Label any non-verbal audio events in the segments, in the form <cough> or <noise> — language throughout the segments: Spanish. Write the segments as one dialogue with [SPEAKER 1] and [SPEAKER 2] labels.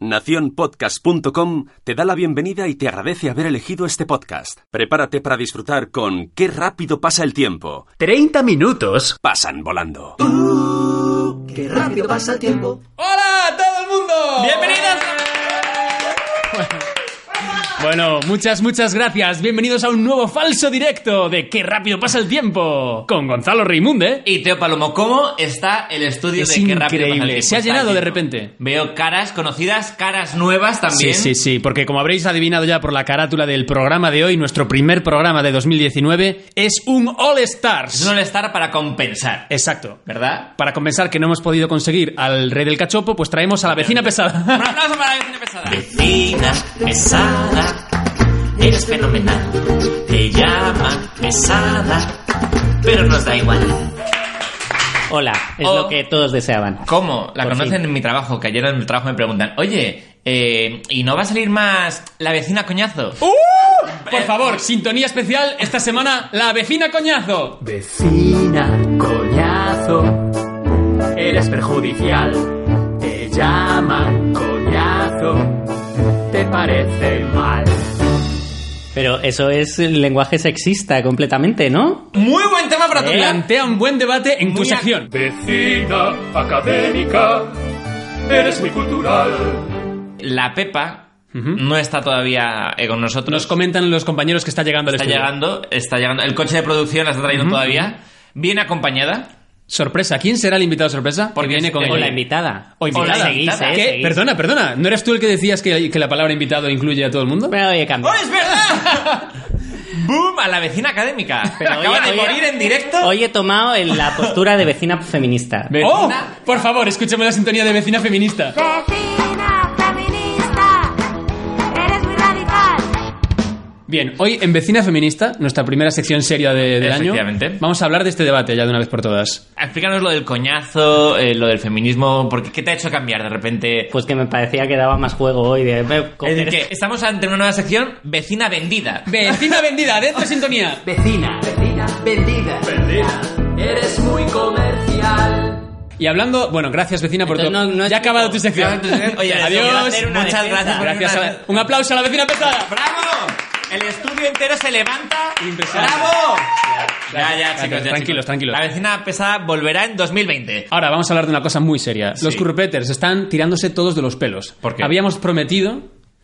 [SPEAKER 1] Naciónpodcast.com te da la bienvenida y te agradece haber elegido este podcast. Prepárate para disfrutar con Qué rápido pasa el tiempo.
[SPEAKER 2] 30 minutos.
[SPEAKER 1] Pasan volando.
[SPEAKER 3] Qué rápido pasa el tiempo.
[SPEAKER 4] ¡Hola a todo el mundo!
[SPEAKER 5] ¡Bienvenidos!
[SPEAKER 2] Bueno, muchas, muchas gracias. Bienvenidos a un nuevo falso directo de Qué rápido pasa el tiempo. Con Gonzalo Reimunde.
[SPEAKER 5] Y Teo Palomo, ¿cómo está el estudio
[SPEAKER 2] Es
[SPEAKER 5] de Qué rápido pasa el
[SPEAKER 2] increíble.
[SPEAKER 5] tiempo?
[SPEAKER 2] Se ha
[SPEAKER 5] Está
[SPEAKER 2] llenado de
[SPEAKER 5] lleno.
[SPEAKER 2] repente.
[SPEAKER 5] Veo caras conocidas, caras nuevas también.
[SPEAKER 2] Sí, sí, sí, porque como habréis adivinado ya por la carátula del programa de hoy, nuestro primer programa de 2019 es un All
[SPEAKER 5] Es
[SPEAKER 2] Stars.
[SPEAKER 5] un estar para compensar,
[SPEAKER 2] Exacto.
[SPEAKER 5] ¿verdad?
[SPEAKER 2] Para compensar que no hemos podido conseguir al rey del cachopo, pues traemos a la vecina
[SPEAKER 5] Un <laughs>
[SPEAKER 2] pesada.
[SPEAKER 5] aplauso para la vecina pesada.
[SPEAKER 6] Vecina pesada, eres fenomenal. Te llaman pesada, pero nos da igual.
[SPEAKER 7] Hola, es
[SPEAKER 5] Oh.
[SPEAKER 7] lo que todos deseaban.
[SPEAKER 5] ¿Cómo? La
[SPEAKER 7] Por
[SPEAKER 5] conocen
[SPEAKER 7] fin.
[SPEAKER 5] en mi trabajo, que ayer en el trabajo me preguntan, oye, eh, ¿y no va a salir más la vecina coñazo?
[SPEAKER 2] Por
[SPEAKER 5] Eh,
[SPEAKER 2] favor, sintonía especial esta semana, la vecina coñazo.
[SPEAKER 7] Vecina, coñazo, eres perjudicial. Te llaman coñazo, te parece mal. Pero eso es lenguaje sexista completamente, ¿no?
[SPEAKER 5] Muy buen tema para tu
[SPEAKER 7] ¿Eh?
[SPEAKER 5] vida.
[SPEAKER 2] Plantea un buen debate en tu
[SPEAKER 5] Muy a-
[SPEAKER 2] sección.
[SPEAKER 8] Vecina académica, eres muy cultural.
[SPEAKER 5] La Pepa
[SPEAKER 2] Ujú.
[SPEAKER 5] no está todavía eh, con nosotros.
[SPEAKER 2] Nos comentan los compañeros que está llegando al
[SPEAKER 5] Está
[SPEAKER 2] estudio.
[SPEAKER 5] llegando, está llegando. El coche de producción la está trayendo todavía. Viene acompañada.
[SPEAKER 2] Sorpresa, ¿quién será el invitado sorpresa?
[SPEAKER 5] Porque
[SPEAKER 2] viene
[SPEAKER 5] es-
[SPEAKER 2] con
[SPEAKER 5] eh,
[SPEAKER 7] O la
[SPEAKER 2] el-
[SPEAKER 7] invitada.
[SPEAKER 2] O invitada.
[SPEAKER 5] O la
[SPEAKER 7] Seguís,
[SPEAKER 5] invitada.
[SPEAKER 7] ¿eh?
[SPEAKER 2] ¿Qué?
[SPEAKER 7] Seguís.
[SPEAKER 2] Perdona, perdona. ¿No eres tú el que decías que, que la palabra invitado incluye a todo el mundo?
[SPEAKER 7] Bueno, oye, cambia.
[SPEAKER 5] ¡Oh, es verdad! <laughs> ¡Boom! A la vecina académica.
[SPEAKER 7] Pero
[SPEAKER 5] Acaba
[SPEAKER 7] oye,
[SPEAKER 5] de
[SPEAKER 7] oye,
[SPEAKER 5] morir en directo.
[SPEAKER 7] Hoy he tomado el- la postura de vecina feminista.
[SPEAKER 2] ¡Oh!
[SPEAKER 5] Vecina.
[SPEAKER 2] Por favor, escúchame la sintonía de vecina feminista.
[SPEAKER 9] Vecina feminista, eres muy radical.
[SPEAKER 2] Bien, hoy en Vecina Feminista, nuestra primera sección seria de- del año,
[SPEAKER 5] Efectivamente.
[SPEAKER 2] vamos a hablar de este debate ya de una vez por todas.
[SPEAKER 5] Explícanos lo del coñazo, eh, lo del feminismo, porque ¿qué te ha hecho cambiar de repente?
[SPEAKER 7] Pues que me parecía que daba más juego hoy de...
[SPEAKER 5] Es decir, que estamos ante una nueva sección, vecina vendida.
[SPEAKER 2] ¡Vecina vendida! ¡Dentro sintonía!
[SPEAKER 6] Vecina, vecina, vendida. Eres muy comercial.
[SPEAKER 2] Y hablando... Bueno, gracias vecina por todo.
[SPEAKER 7] Entonces no- no
[SPEAKER 2] ya ha
[SPEAKER 7] explico.
[SPEAKER 2] acabado tu sección.
[SPEAKER 5] Oye, quiero
[SPEAKER 2] adiós.
[SPEAKER 5] hacer una
[SPEAKER 7] Muchas
[SPEAKER 5] defensa.
[SPEAKER 7] gracias por
[SPEAKER 2] Gracias a- Un aplauso a la vecina pesada.
[SPEAKER 5] ¡Bravo! El estudio entero se levanta.
[SPEAKER 2] Impresionante.
[SPEAKER 5] ¡Bravo! Ya, ya,
[SPEAKER 2] ya,
[SPEAKER 5] chicos. ya,
[SPEAKER 2] tranquilos,
[SPEAKER 5] chicos.
[SPEAKER 2] tranquilos.
[SPEAKER 5] La vecina pesada volverá en 2020.
[SPEAKER 2] Ahora vamos a hablar de una cosa muy seria. Los
[SPEAKER 5] Sí.
[SPEAKER 2] curpeters están tirándose todos de los pelos.
[SPEAKER 5] ¿Por qué?
[SPEAKER 2] Habíamos prometido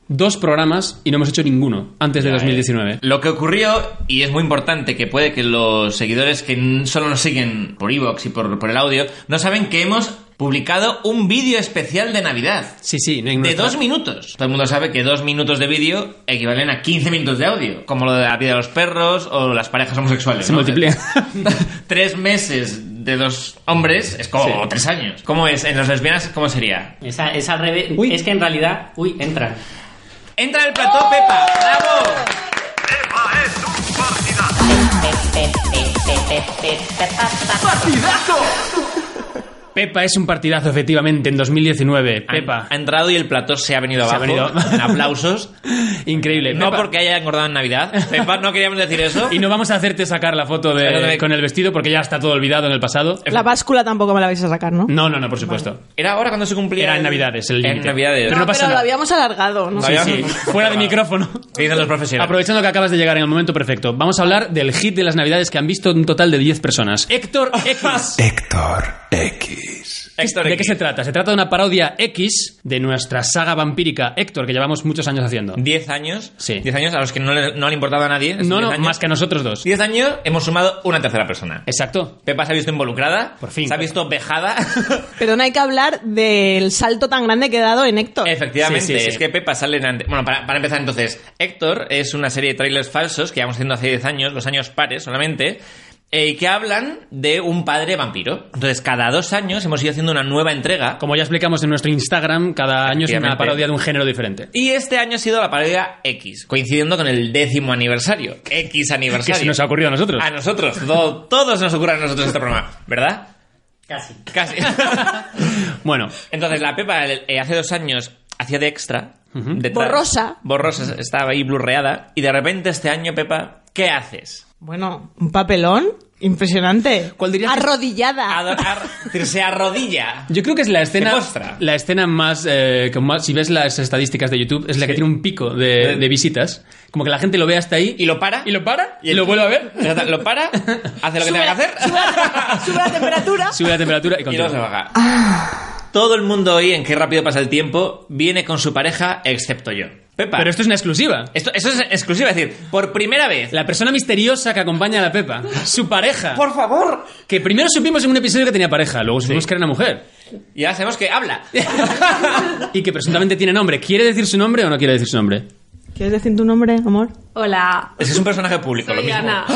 [SPEAKER 2] dos programas y no hemos hecho ninguno antes de 2019.
[SPEAKER 5] Lo que ocurrió, y es muy importante que puede que los seguidores que n- solo nos siguen por Evox y por, por el audio, no saben que hemos publicado un vídeo especial de Navidad.
[SPEAKER 2] Sí, sí, no hay
[SPEAKER 5] De
[SPEAKER 2] nuestra-
[SPEAKER 5] dos minutos. Todo el mundo sabe que dos minutos de vídeo equivalen a 15 minutos de audio. Como lo de la vida de los perros o las parejas homosexuales.
[SPEAKER 2] Se
[SPEAKER 5] ¿no?
[SPEAKER 2] multiplica.
[SPEAKER 5] <laughs> tres meses de dos hombres es como
[SPEAKER 2] Sí.
[SPEAKER 5] tres años. ¿Cómo es? En los lesbianas, ¿cómo sería?
[SPEAKER 7] Es, a- es al revés.
[SPEAKER 2] Uy.
[SPEAKER 7] Es que en realidad... Uy, entra.
[SPEAKER 5] ¡Entra en el plató,
[SPEAKER 2] ¡Oh!
[SPEAKER 5] Pepa! ¡Bravo!
[SPEAKER 2] Pepa es un partidazo, efectivamente, en 2019.
[SPEAKER 5] Ha-
[SPEAKER 2] Pepa.
[SPEAKER 5] Ha entrado y el plató se ha venido
[SPEAKER 2] Se ha
[SPEAKER 5] abajo.
[SPEAKER 2] venido- <laughs>
[SPEAKER 5] En aplausos.
[SPEAKER 2] Increíble. Eh,
[SPEAKER 5] No
[SPEAKER 2] Pepa.
[SPEAKER 5] porque haya engordado
[SPEAKER 2] <laughs>
[SPEAKER 5] en Navidad. Pepa, no queríamos decir eso.
[SPEAKER 2] Y no vamos a hacerte sacar la foto de-
[SPEAKER 5] Pero de-
[SPEAKER 2] con el vestido porque ya está todo olvidado en el pasado.
[SPEAKER 10] La báscula tampoco me la vais a sacar, ¿no?
[SPEAKER 2] No, no, no, por supuesto.
[SPEAKER 5] Era ahora cuando se cumplía.
[SPEAKER 2] Era en
[SPEAKER 5] el-
[SPEAKER 2] Navidades, el
[SPEAKER 5] Era en
[SPEAKER 2] límite.
[SPEAKER 5] Navidades.
[SPEAKER 2] Pero no pasa
[SPEAKER 10] Ah, pero
[SPEAKER 2] nada.
[SPEAKER 10] lo habíamos alargado, ¿no?
[SPEAKER 5] Lo habíamos-
[SPEAKER 2] Sí, Fuera de micrófono.
[SPEAKER 5] Dicen los profesionales.
[SPEAKER 2] Aprovechando que acabas de llegar en el momento perfecto, vamos a hablar del hit de las navidades que han visto un total de 10 personas. <laughs> Héctor X.
[SPEAKER 8] Héctor X.
[SPEAKER 5] Héctor
[SPEAKER 2] ¿De
[SPEAKER 5] X.
[SPEAKER 2] qué se trata? Se trata de una parodia X de nuestra saga vampírica Héctor, que llevamos muchos años haciendo.
[SPEAKER 5] 10 años.
[SPEAKER 2] Sí.
[SPEAKER 5] 10 años a los que no, le- no han importado a nadie. esos
[SPEAKER 2] No,
[SPEAKER 5] 10
[SPEAKER 2] no,
[SPEAKER 5] años.
[SPEAKER 2] más que a nosotros dos.
[SPEAKER 5] 10 años hemos sumado una tercera persona.
[SPEAKER 2] Exacto.
[SPEAKER 5] Pepa se ha visto involucrada.
[SPEAKER 2] Por fin.
[SPEAKER 5] Se ha
[SPEAKER 2] <laughs>
[SPEAKER 5] visto vejada.
[SPEAKER 10] Pero no hay que hablar del salto tan grande que he dado en Héctor.
[SPEAKER 5] Efectivamente,
[SPEAKER 2] Sí, sí, sí.
[SPEAKER 5] es que Pepa sale en ante- Bueno, para, para empezar entonces, Héctor es una serie de trailers falsos que llevamos haciendo hace 10 años, los años pares solamente. eh, que hablan de un padre vampiro. Entonces, cada dos años hemos ido haciendo una nueva entrega.
[SPEAKER 2] Como ya explicamos en nuestro Instagram, cada año es una
[SPEAKER 5] Efectivamente.
[SPEAKER 2] parodia de un género diferente.
[SPEAKER 5] Y este año ha sido la parodia X, coincidiendo con el décimo aniversario. X
[SPEAKER 2] Que
[SPEAKER 5] aniversario.
[SPEAKER 2] se nos ha ocurrido a nosotros.
[SPEAKER 5] A nosotros, to- todos nos ocurre a nosotros este programa, ¿verdad?
[SPEAKER 7] Casi.
[SPEAKER 5] Casi. <laughs>
[SPEAKER 2] Bueno,
[SPEAKER 5] Entonces, la Pepa el- eh, hace dos años hacía de extra. de tal-
[SPEAKER 10] Borrosa.
[SPEAKER 5] Borrosa, estaba ahí blurreada. Y de repente este año, Pepa, ¿qué haces?
[SPEAKER 10] Bueno, un papelón impresionante.
[SPEAKER 2] ¿Cuál dirías que-
[SPEAKER 10] Arrodillada. <laughs>
[SPEAKER 5] Ado- ar- decir, se arrodilla.
[SPEAKER 2] Yo creo que es la escena,
[SPEAKER 5] Se postra.
[SPEAKER 2] la escena más, eh, con más- si ves las estadísticas de YouTube, es la que tiene un pico
[SPEAKER 5] Eh.
[SPEAKER 2] de, de visitas. Como que la gente lo ve hasta ahí
[SPEAKER 5] Y lo para.
[SPEAKER 2] y lo para y
[SPEAKER 5] el-
[SPEAKER 2] lo vuelve a ver,
[SPEAKER 5] Lo para, hace lo que tenga que hacer.
[SPEAKER 10] Sube la temperatura. Ah.
[SPEAKER 2] sube la temperatura y
[SPEAKER 5] <laughs> Y luego se
[SPEAKER 2] continúa.
[SPEAKER 5] baja. Todo el mundo hoy en qué rápido pasa el tiempo viene con su pareja, excepto yo. Pepa.
[SPEAKER 2] Pero esto es una exclusiva.
[SPEAKER 5] esto, eso es exclusivo, es decir, por primera vez.
[SPEAKER 2] La persona misteriosa que acompaña a la Pepa, su pareja,
[SPEAKER 5] Por favor.
[SPEAKER 2] que primero supimos en un episodio que tenía pareja, luego supimos que era una mujer
[SPEAKER 5] Y ahora sabemos que habla.
[SPEAKER 2] <laughs> y que presuntamente tiene nombre. ¿Quiere decir su nombre o no quiere decir su nombre?
[SPEAKER 10] ¿Quieres decir tu nombre, amor?
[SPEAKER 11] Hola,
[SPEAKER 5] Es que es un personaje público, lo
[SPEAKER 11] soy
[SPEAKER 5] mismo.
[SPEAKER 11] Ana.
[SPEAKER 5] <gasps>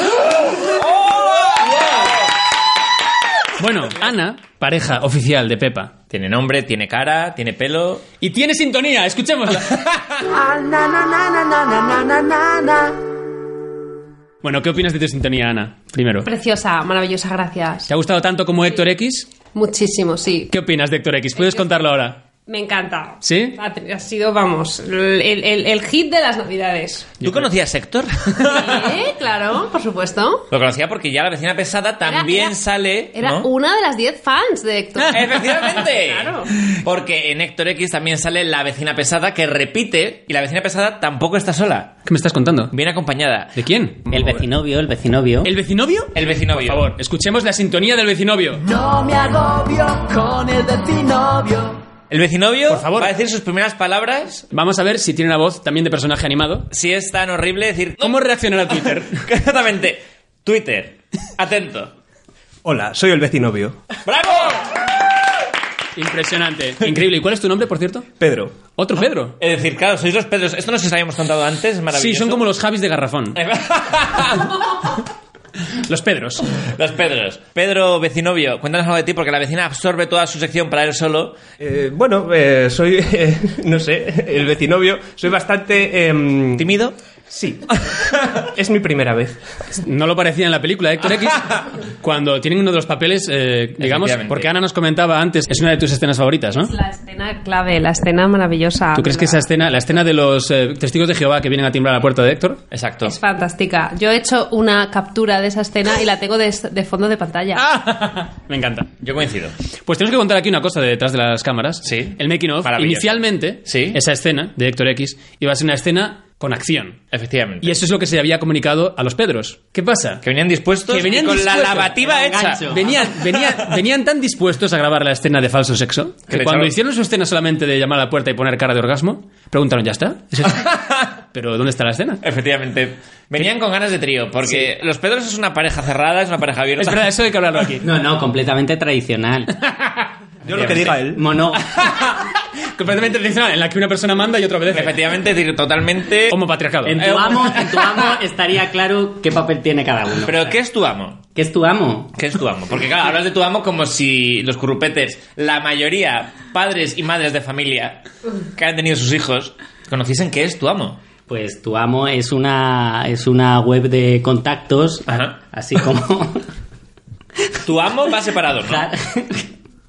[SPEAKER 2] Bueno, Ana, pareja oficial de Pepa.
[SPEAKER 5] Tiene nombre, tiene cara, tiene pelo.
[SPEAKER 2] Y tiene sintonía, escuchémosla. Bueno, ¿qué opinas de tu sintonía, Ana? Primero.
[SPEAKER 11] Preciosa, maravillosa, gracias.
[SPEAKER 2] ¿Te ha gustado tanto como Héctor X?
[SPEAKER 11] Muchísimo, sí.
[SPEAKER 2] ¿Qué opinas de Héctor X? ¿Puedes contarlo ahora?
[SPEAKER 11] Me encanta.
[SPEAKER 2] ¿Sí?
[SPEAKER 11] Ha, ha sido, vamos, el, el- el hit de las
[SPEAKER 5] <laughs>
[SPEAKER 11] navidades.
[SPEAKER 5] ¿Tú conocías Héctor?
[SPEAKER 11] ¿Eh? Claro, por supuesto.
[SPEAKER 5] Lo conocía porque ya la vecina pesada
[SPEAKER 11] Era-
[SPEAKER 5] también
[SPEAKER 11] era-
[SPEAKER 5] sale.
[SPEAKER 11] Era
[SPEAKER 5] ¿no? <laughs>
[SPEAKER 11] una de las 10 fans de Héctor.
[SPEAKER 5] Efectivamente.
[SPEAKER 11] Claro.
[SPEAKER 5] Porque en Héctor X también sale la vecina pesada que repite y la vecina pesada tampoco está sola.
[SPEAKER 2] ¿Qué me estás contando?
[SPEAKER 5] Viene acompañada.
[SPEAKER 2] ¿De quién?
[SPEAKER 7] El vecinovio, el vecinovio.
[SPEAKER 2] ¿El vecinovio?
[SPEAKER 5] El vecinovio.
[SPEAKER 2] Por favor, escuchemos la sintonía del vecinovio.
[SPEAKER 6] No me agobio con el vecinovio.
[SPEAKER 5] El vecinovio
[SPEAKER 2] Por favor.
[SPEAKER 5] va a decir sus primeras palabras.
[SPEAKER 2] Vamos a ver si tiene una voz también de personaje animado.
[SPEAKER 5] Si es tan horrible decir.
[SPEAKER 2] ¿Cómo
[SPEAKER 5] <laughs>
[SPEAKER 2] reaccionará Twitter?
[SPEAKER 5] Exactamente. Twitter. Atento.
[SPEAKER 12] Hola, soy el vecinovio.
[SPEAKER 5] ¡Bravo!
[SPEAKER 2] Impresionante. Increíble. ¿Y cuál es tu nombre, por cierto?
[SPEAKER 12] Pedro.
[SPEAKER 2] Otro Pedro.
[SPEAKER 5] Es decir, claro, sois los Pedros. Esto no se os habíamos contado antes, es maravilloso. Eh.
[SPEAKER 2] Sí, son como los Javis de Garrafón.
[SPEAKER 5] <laughs>
[SPEAKER 2] Los Pedros.
[SPEAKER 5] Los Pedros. Pedro, vecinovio, cuéntanos algo de ti porque la vecina absorbe toda su sección para él solo.
[SPEAKER 12] Eh, bueno, eh, soy, <laughs> eh, no sé, el vecinovio. Soy bastante... em,
[SPEAKER 5] ¿Tímido?
[SPEAKER 12] Sí. <laughs> es mi primera vez.
[SPEAKER 2] No lo parecía en la película Héctor
[SPEAKER 5] <laughs>
[SPEAKER 2] X. Cuando tienen uno de los papeles, eh, digamos,
[SPEAKER 5] Efectivamente.
[SPEAKER 2] porque Ana nos comentaba antes, es una de tus escenas favoritas, ¿no?
[SPEAKER 11] La escena clave, la escena maravillosa.
[SPEAKER 2] ¿Tú crees que esa escena, la escena de los eh, testigos de Jehová que vienen a timbrar a la puerta de Héctor?
[SPEAKER 5] Exacto.
[SPEAKER 11] Es fantástica. Yo he hecho una captura de esa escena y la tengo de, de fondo de pantalla.
[SPEAKER 2] <laughs> Me encanta.
[SPEAKER 5] Yo coincido.
[SPEAKER 2] Pues tenemos que contar aquí una cosa de detrás de las cámaras.
[SPEAKER 5] Sí.
[SPEAKER 2] El making of.
[SPEAKER 5] Maravilloso.
[SPEAKER 2] Inicialmente,
[SPEAKER 5] Sí.
[SPEAKER 2] esa escena de Héctor X iba a ser una escena con acción.
[SPEAKER 5] Efectivamente.
[SPEAKER 2] Y eso es lo que se había comunicado a los Pedros. ¿Qué pasa?
[SPEAKER 5] Que venían dispuestos
[SPEAKER 2] Que venían
[SPEAKER 5] y con la
[SPEAKER 2] dispuestos.
[SPEAKER 5] lavativa
[SPEAKER 7] Con un
[SPEAKER 5] hecha.
[SPEAKER 7] gancho.
[SPEAKER 2] Venían, <laughs> venían, venían tan dispuestos a grabar la escena de falso sexo
[SPEAKER 5] Que
[SPEAKER 2] que
[SPEAKER 5] le
[SPEAKER 2] cuando
[SPEAKER 5] echaron-
[SPEAKER 2] hicieron su escena solamente de llamar a la puerta y poner cara de orgasmo, preguntaron, ¿ya está? ¿Es <laughs> esto?". ¿Pero dónde está la escena?
[SPEAKER 5] Efectivamente. Venían con ganas de trío, porque los Pedros es una pareja cerrada, es una pareja abierta.
[SPEAKER 2] Es verdad, eso hay que hablarlo aquí.
[SPEAKER 7] No, no, completamente tradicional.
[SPEAKER 12] Yo lo que diga él.
[SPEAKER 7] Mono.
[SPEAKER 2] Completamente tradicional, en la que una persona manda y otra obedece.
[SPEAKER 5] Efectivamente, es decir, totalmente.
[SPEAKER 2] Homopatriarcado. Eh,
[SPEAKER 7] En tu amo, en tu amo estaría claro qué papel tiene cada uno.
[SPEAKER 5] Pero ¿qué es tu amo?
[SPEAKER 7] ¿Qué es tu amo?
[SPEAKER 5] ¿Qué es tu amo? Porque claro, hablas de tu amo como si los currupetes, la mayoría padres y madres de familia que han tenido sus hijos, conociesen qué es tu amo.
[SPEAKER 7] Pues tu amo es una es una web de contactos,
[SPEAKER 5] Ajá.
[SPEAKER 7] así como
[SPEAKER 5] Tu amo va separado, ¿no?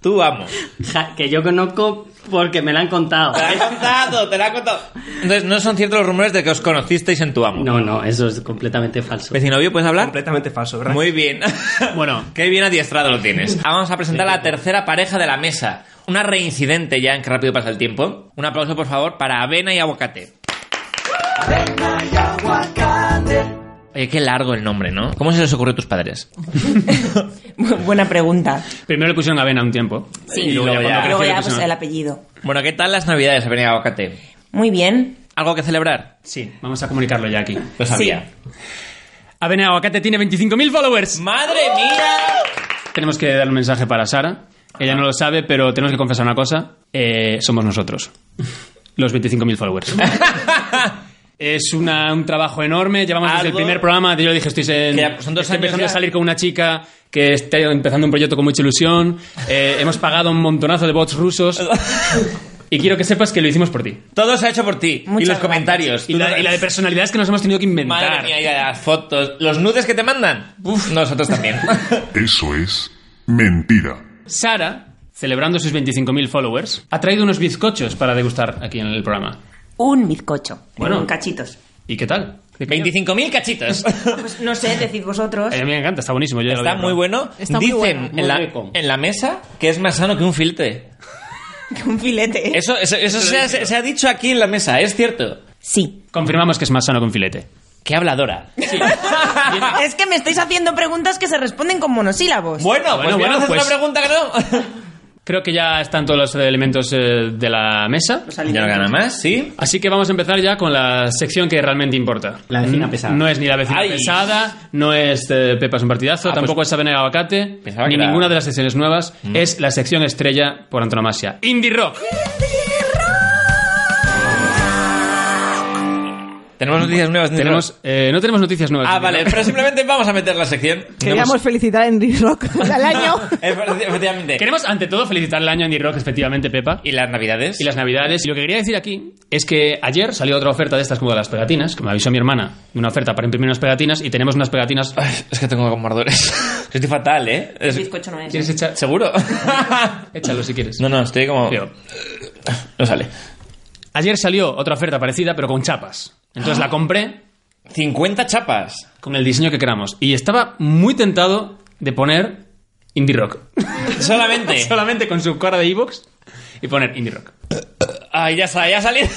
[SPEAKER 5] Tu <laughs> amo.
[SPEAKER 7] Ja, que yo conozco porque me la han contado.
[SPEAKER 5] Te la he contado, te la he contado. Entonces, no son ciertos los rumores de que os conocisteis en tu amo.
[SPEAKER 7] No, no, eso es completamente falso.
[SPEAKER 5] Vecinovio, ¿puedes hablar?
[SPEAKER 12] Completamente falso, ¿verdad?
[SPEAKER 5] Muy bien. <laughs>
[SPEAKER 2] Bueno.
[SPEAKER 5] Qué bien adiestrado
[SPEAKER 2] <laughs>
[SPEAKER 5] lo tienes. Ahora vamos a presentar a la tercera pareja de la mesa. Una reincidente ya en que rápido pasa el tiempo. Un aplauso, por favor, para Avena y Aguacate. Oye, qué largo el nombre, ¿no? ¿Cómo se les ocurrió a tus padres?
[SPEAKER 13] Bu- Buena pregunta.
[SPEAKER 2] Primero le pusieron avena un tiempo.
[SPEAKER 13] Sí.
[SPEAKER 5] Y luego ya cuando
[SPEAKER 13] Luego
[SPEAKER 5] creció le
[SPEAKER 13] ya pues,
[SPEAKER 5] pusieron-
[SPEAKER 13] el apellido.
[SPEAKER 5] Bueno, ¿qué tal las navidades, Avena y Aguacate?
[SPEAKER 13] Muy bien.
[SPEAKER 5] ¿Algo que celebrar?
[SPEAKER 2] Sí, vamos a comunicarlo ya aquí.
[SPEAKER 5] Lo sabía.
[SPEAKER 2] Avena Aguacate tiene 25.000 followers.
[SPEAKER 5] ¡Madre mía!
[SPEAKER 2] Tenemos que dar un mensaje para Sara. Ella no lo sabe, pero tenemos que <laughs>
[SPEAKER 5] <laughs>
[SPEAKER 2] confesar una cosa. Eh, somos nosotros. Los 25.000 followers. Es una- un trabajo enorme. Llevamos desde el
[SPEAKER 5] Algo-
[SPEAKER 2] primer programa. Yo dije, estoy, en-
[SPEAKER 5] Que ya son dos
[SPEAKER 2] estoy
[SPEAKER 5] años
[SPEAKER 2] empezando
[SPEAKER 5] ya.
[SPEAKER 2] a salir con una chica que está empezando un proyecto con mucha ilusión. Eh, hemos pagado un montonazo de bots
[SPEAKER 5] <laughs>
[SPEAKER 2] rusos. Y quiero que sepas que lo hicimos por ti.
[SPEAKER 5] Todo se ha hecho por ti. y los comentarios.
[SPEAKER 2] Y la, y la de personalidades que nos hemos tenido que inventar.
[SPEAKER 5] Madre mía, y las fotos. Los nudes que te mandan. Uf,
[SPEAKER 2] <laughs>
[SPEAKER 5] nosotros
[SPEAKER 13] <laughs>
[SPEAKER 5] también.
[SPEAKER 14] Eso es mentira.
[SPEAKER 2] Sara, celebrando sus 25.000 followers, ha traído unos bizcochos para degustar aquí en el programa.
[SPEAKER 13] Un bizcocho.
[SPEAKER 2] Bueno.
[SPEAKER 13] Con cachitos.
[SPEAKER 2] ¿Y qué tal?
[SPEAKER 5] 25.000 cachitos.
[SPEAKER 13] Pues no sé, decid vosotros.
[SPEAKER 2] Eh, me encanta, está buenísimo. yo ya lo
[SPEAKER 5] Está
[SPEAKER 2] había
[SPEAKER 5] muy
[SPEAKER 2] probado.
[SPEAKER 5] bueno.
[SPEAKER 13] Está muy
[SPEAKER 5] Dicen
[SPEAKER 13] bueno, muy
[SPEAKER 5] en, la,
[SPEAKER 13] rico.
[SPEAKER 5] en la mesa que es más sano que un filete.
[SPEAKER 13] <laughs> Un filete.
[SPEAKER 5] Eso, eso, eso se, ha, se ha dicho aquí en la mesa, ¿es cierto?
[SPEAKER 13] Sí.
[SPEAKER 2] Confirmamos que es más sano con filete.
[SPEAKER 5] ¡Qué habladora! <laughs>
[SPEAKER 13] es que me estáis haciendo preguntas que se responden con monosílabos.
[SPEAKER 5] Ah. Bueno, pues
[SPEAKER 2] Bueno,
[SPEAKER 5] bien,
[SPEAKER 2] bueno,
[SPEAKER 5] haces
[SPEAKER 2] pues-
[SPEAKER 5] una pregunta que no.
[SPEAKER 13] <laughs>
[SPEAKER 2] Creo que ya están todos los eh, elementos eh, de la mesa.
[SPEAKER 5] Ya no gana más, ¿sí?
[SPEAKER 2] Así que vamos a empezar ya con la sección que realmente importa. La
[SPEAKER 7] vecina pesada.
[SPEAKER 2] No es ni la vecina
[SPEAKER 5] Ay.
[SPEAKER 2] pesada, no es eh, Pepa es un partidazo, tampoco es Saben el aguacate,
[SPEAKER 5] Pensaba
[SPEAKER 2] ni
[SPEAKER 5] que era-
[SPEAKER 2] ninguna de las secciones nuevas. Es la sección estrella por antonomasia. Indie rock.
[SPEAKER 5] Tenemos noticias nuevas. de
[SPEAKER 2] Tenemos, eh, no tenemos noticias nuevas.
[SPEAKER 5] Ah,
[SPEAKER 2] Indie
[SPEAKER 5] vale,
[SPEAKER 2] rock. <laughs>
[SPEAKER 5] pero simplemente vamos a meter la sección.
[SPEAKER 10] Queríamos felicitar a Henry Rock <laughs> al año.
[SPEAKER 5] <laughs> Efectivamente.
[SPEAKER 2] Queremos, ante todo, felicitar el año Indie Rock, efectivamente, Pepa.
[SPEAKER 5] ¿Y las navidades?
[SPEAKER 2] Y las navidades. Y lo que quería decir aquí es que ayer salió otra oferta de estas como de las pegatinas, que me avisó mi hermana, de una oferta para imprimir unas pegatinas y tenemos unas pegatinas...
[SPEAKER 5] Es que tengo <laughs> ardores. Estoy fatal, ¿eh? Es-
[SPEAKER 13] bizcocho no es.
[SPEAKER 2] ¿Quieres echar?
[SPEAKER 5] ¿Seguro?
[SPEAKER 2] Échalo si quieres.
[SPEAKER 5] <laughs> No, no, estoy como...
[SPEAKER 2] Tío.
[SPEAKER 5] No sale.
[SPEAKER 2] Ayer salió otra oferta parecida, pero con chapas. Entonces la compré
[SPEAKER 5] 50 chapas.
[SPEAKER 2] con el diseño que queramos. Y estaba muy tentado de poner indie rock.
[SPEAKER 5] <laughs> Solamente.
[SPEAKER 2] <laughs> Solamente con su cara de Evox y poner indie rock.
[SPEAKER 5] Ay, ya sale, ya ha salido.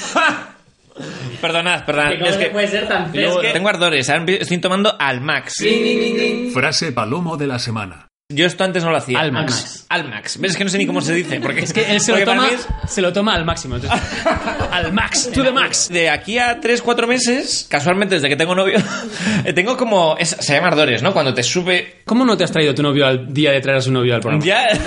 [SPEAKER 5] <laughs> perdonad, perdonad. Es que,
[SPEAKER 7] ser tan
[SPEAKER 5] es que tengo ardores. ahora empie- Estoy tomando al max.
[SPEAKER 14] Frase palomo de la semana.
[SPEAKER 5] Yo esto antes no lo hacía.
[SPEAKER 2] Al max.
[SPEAKER 5] Al max. Pero Es que no sé ni cómo se dice. Porque
[SPEAKER 2] Es que él se lo,
[SPEAKER 5] porque para
[SPEAKER 2] toma,
[SPEAKER 5] mí es-
[SPEAKER 2] se lo toma al máximo. Entonces,
[SPEAKER 5] <laughs>
[SPEAKER 2] al max, to the max.
[SPEAKER 5] De aquí a 3-4 meses, casualmente desde que tengo novio, <laughs> eh, tengo como. es- se llama ardores, ¿no? Cuando te sube.
[SPEAKER 2] ¿Cómo no te has traído tu novio al día de traer a su novio al programa?
[SPEAKER 5] Ya. <laughs>